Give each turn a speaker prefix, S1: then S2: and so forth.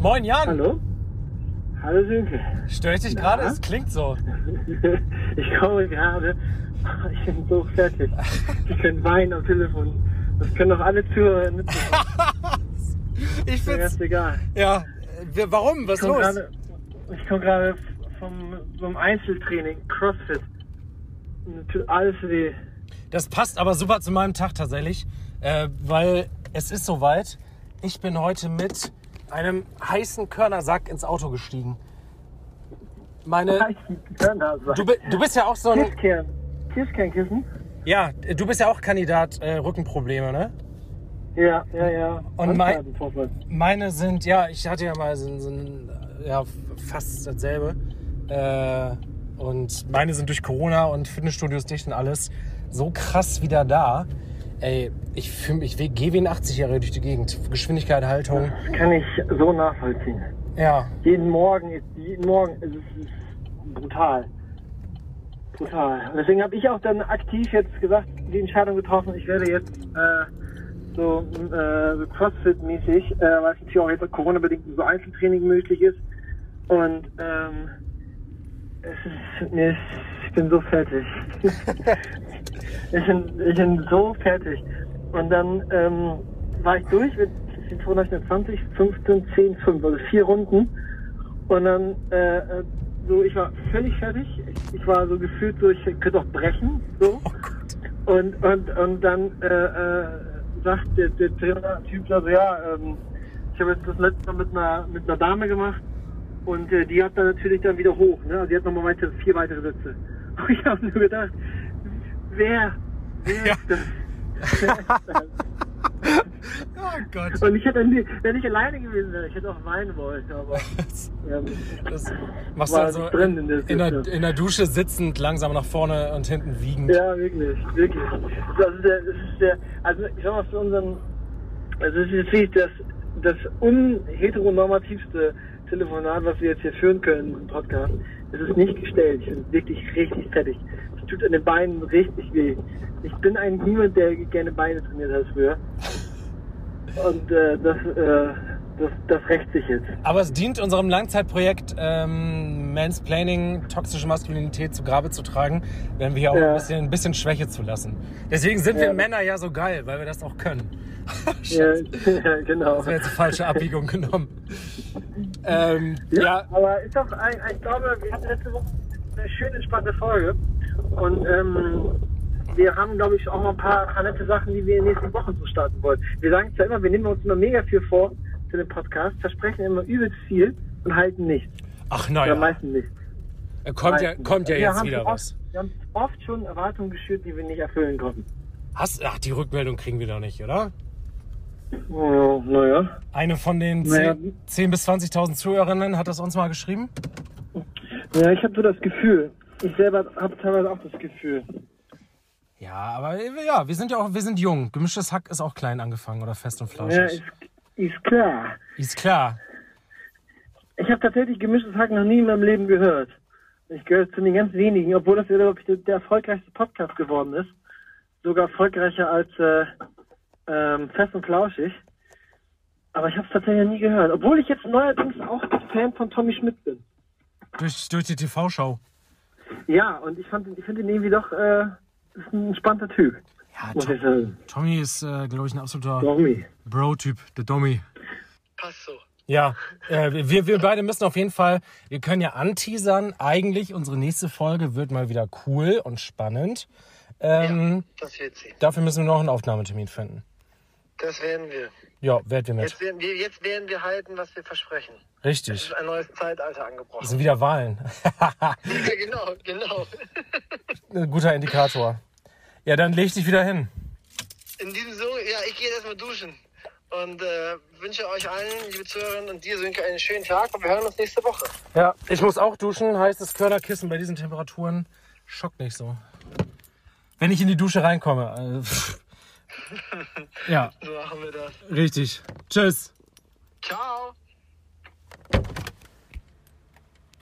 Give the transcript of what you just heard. S1: Moin Jan,
S2: Hallo? Hallo Sönke.
S1: störe ich dich gerade? Es klingt so.
S2: Ich komme gerade. Ich bin so fertig. Ich kann weinen am Telefon. Das können doch alle Zuhörer mitnehmen.
S1: Ich
S2: Mir
S1: find's.
S2: ist egal.
S1: Ja. wir- Warum?
S2: Ich
S1: Was ist
S2: komme
S1: los?
S2: gerade, ich komme gerade vom, vom Einzeltraining, CrossFit. Mir tut alles weh.
S1: Das passt aber super zu meinem Tag tatsächlich, äh, weil es ist soweit. Ich bin heute mit einem heißen Körnersack ins Auto gestiegen. Meine, du,
S2: Du
S1: bi- du bist ja auch so ein,
S2: Kirschkern. Kirschkernkissen?
S1: ja, du bist ja auch Kandidat äh, Rückenprobleme, ne?
S2: Ja, ja, ja.
S1: Und mein-
S2: Bandscheibenvorfall.
S1: Meine sind, ja, ich hatte ja mal so, so ein, ja, fast dasselbe. Äh, und meine sind durch Corona und Fitnessstudios dicht und alles so krass wieder da. Ey, ich fühle mich, ich gehe wie ein 80-Jähriger durch die Gegend. Geschwindigkeit, Haltung.
S2: Das kann ich so nachvollziehen.
S1: Ja,
S2: Jeden Morgen ist, jeden Morgen ist es ist brutal. Brutal. Und deswegen habe ich auch dann aktiv jetzt gesagt, die Entscheidung getroffen, ich werde jetzt äh, so äh, so CrossFit-mäßig, äh, weil es natürlich auch jetzt Corona-bedingt so Einzeltraining möglich ist. Und ähm, es ist, mir ist, ich bin so fertig. ich, bin, ich bin so fertig. Und dann ähm, war ich durch mit 220, 15, 10, 5, also vier Runden. Und dann, äh, äh, so, ich war völlig fertig. Ich, ich war so gefühlt so, ich könnte auch brechen, so. Und, und, und dann äh, äh, sagt der, der Trainer-Typ da so, ja, ähm, ich habe jetzt das letzte Mal mit einer, mit einer Dame gemacht und äh, die hat dann natürlich dann wieder hoch. Ne? Also die hat nochmal weitere, vier weitere Sätze. Und ich habe nur gedacht, wer, wer ist das?
S1: Oh Gott.
S2: Und ich hätte, nie- wenn ich alleine gewesen wäre, ich hätte auch weinen wollen, aber ähm,
S1: Das machst du
S2: War
S1: also
S2: drin
S1: in,
S2: in der
S1: in, der,
S2: Dusche.
S1: in der Dusche sitzend, langsam nach vorne und hinten wiegend.
S2: Ja, wirklich, wirklich. Das ist der, das ist der, also ich sag mal für unseren, also es ist jetzt wirklich das, das unheteronormativste Telefonat, was wir jetzt hier führen können im Podcast. Es ist nicht gestellt. Ich bin wirklich richtig fertig. Es tut an den Beinen richtig weh. Ich bin ein niemand, der gerne Beine trainiert hat früher. Und äh, das, äh, das, das rächt sich jetzt.
S1: Aber es dient unserem Langzeitprojekt ähm, Mansplaining, toxische Maskulinität zu Grabe zu tragen, wenn wir hier auch
S2: Ja.
S1: ein, bisschen, ein bisschen Schwäche zu lassen. Deswegen sind wir
S2: Ja.
S1: Männer ja so geil, weil wir das auch können.
S2: Ja, ja, genau.
S1: Das wäre jetzt eine falsche Abbiegung genommen. Ähm, ja.
S2: Ja, aber ist doch ein, ich glaube, wir hatten letzte Woche eine schön entspannte Folge. Und ähm, wir haben, glaube ich, auch noch ein paar, paar nette Sachen, die wir in den nächsten Wochen so starten wollen. Wir sagen es ja immer, wir nehmen uns immer mega viel vor für den Podcast, versprechen immer übelst viel und halten nichts.
S1: Ach
S2: Oder
S1: naja,
S2: meistens nichts.
S1: Ah, kommt ja,
S2: Meistens.
S1: kommt ja
S2: Wir
S1: jetzt
S2: haben
S1: wieder
S2: schon oft,
S1: was.
S2: Wir haben oft schon Erwartungen geschürt, die wir nicht erfüllen konnten.
S1: Hast, ach, die Rückmeldung kriegen wir doch nicht, oder?
S2: Oh, naja.
S1: Eine von den 10,
S2: Naja.
S1: 10 bis 20.000 Zuhörerinnen hat das uns mal geschrieben.
S2: Ja, ich habe so das Gefühl. Ich selber habe teilweise auch das Gefühl.
S1: Ja, aber äh, ja, wir sind ja auch, wir sind jung. Gemischtes Hack ist auch klein angefangen oder fest und flauschig.
S2: Ja, ist, ist klar.
S1: Ist klar.
S2: Ich habe tatsächlich gemischtes Hack noch nie in meinem Leben gehört. Ich gehöre zu den ganz wenigen, obwohl das ja, glaube ich, der, der erfolgreichste Podcast geworden ist. Sogar erfolgreicher als äh, ähm, Fest und Flauschig. Aber ich habe es tatsächlich noch nie gehört. Obwohl ich jetzt neuerdings auch Fan von Tommy Schmidt bin.
S1: Durch, durch die TV-Show.
S2: Ja, und ich, fand ihn- ich finde ihn irgendwie doch äh, ist ein entspannter Typ.
S1: Ja,
S2: Muss
S1: Tom,
S2: ich sagen.
S1: Tommy ist, äh, glaube ich, ein absoluter
S2: Tommy.
S1: Bro-Typ, der Tommy.
S2: Passt so.
S1: Ja, äh, wir, wir beide müssen auf jeden Fall, wir können ja anteasern, eigentlich unsere nächste Folge wird mal wieder cool und spannend. Ähm,
S2: Das wird sie.
S1: Dafür müssen wir noch einen Aufnahmetermin finden.
S2: Das werden wir.
S1: Ja, werd wir mit.
S2: werden wir, jetzt werden wir halten, was wir versprechen.
S1: Richtig.
S2: ein neues Zeitalter
S1: Es
S2: angebrochen.
S1: sind wieder Wahlen.
S2: Ja, genau, genau.
S1: Ein guter Indikator. Ja, dann leg dich wieder hin.
S2: In diesem so, ja, ich gehe jetzt erstmal duschen. Und äh, wünsche euch allen, liebe Zuhörerinnen und dir, Sönke, einen schönen Tag und wir hören uns nächste Woche.
S1: Ja, ich muss auch duschen. Heißes Körnerkissen bei diesen Temperaturen schockt nicht so. Wenn ich in die Dusche reinkomme. Also, pff. ja,
S2: So machen wir das.
S1: richtig. Tschüss.
S2: Ciao.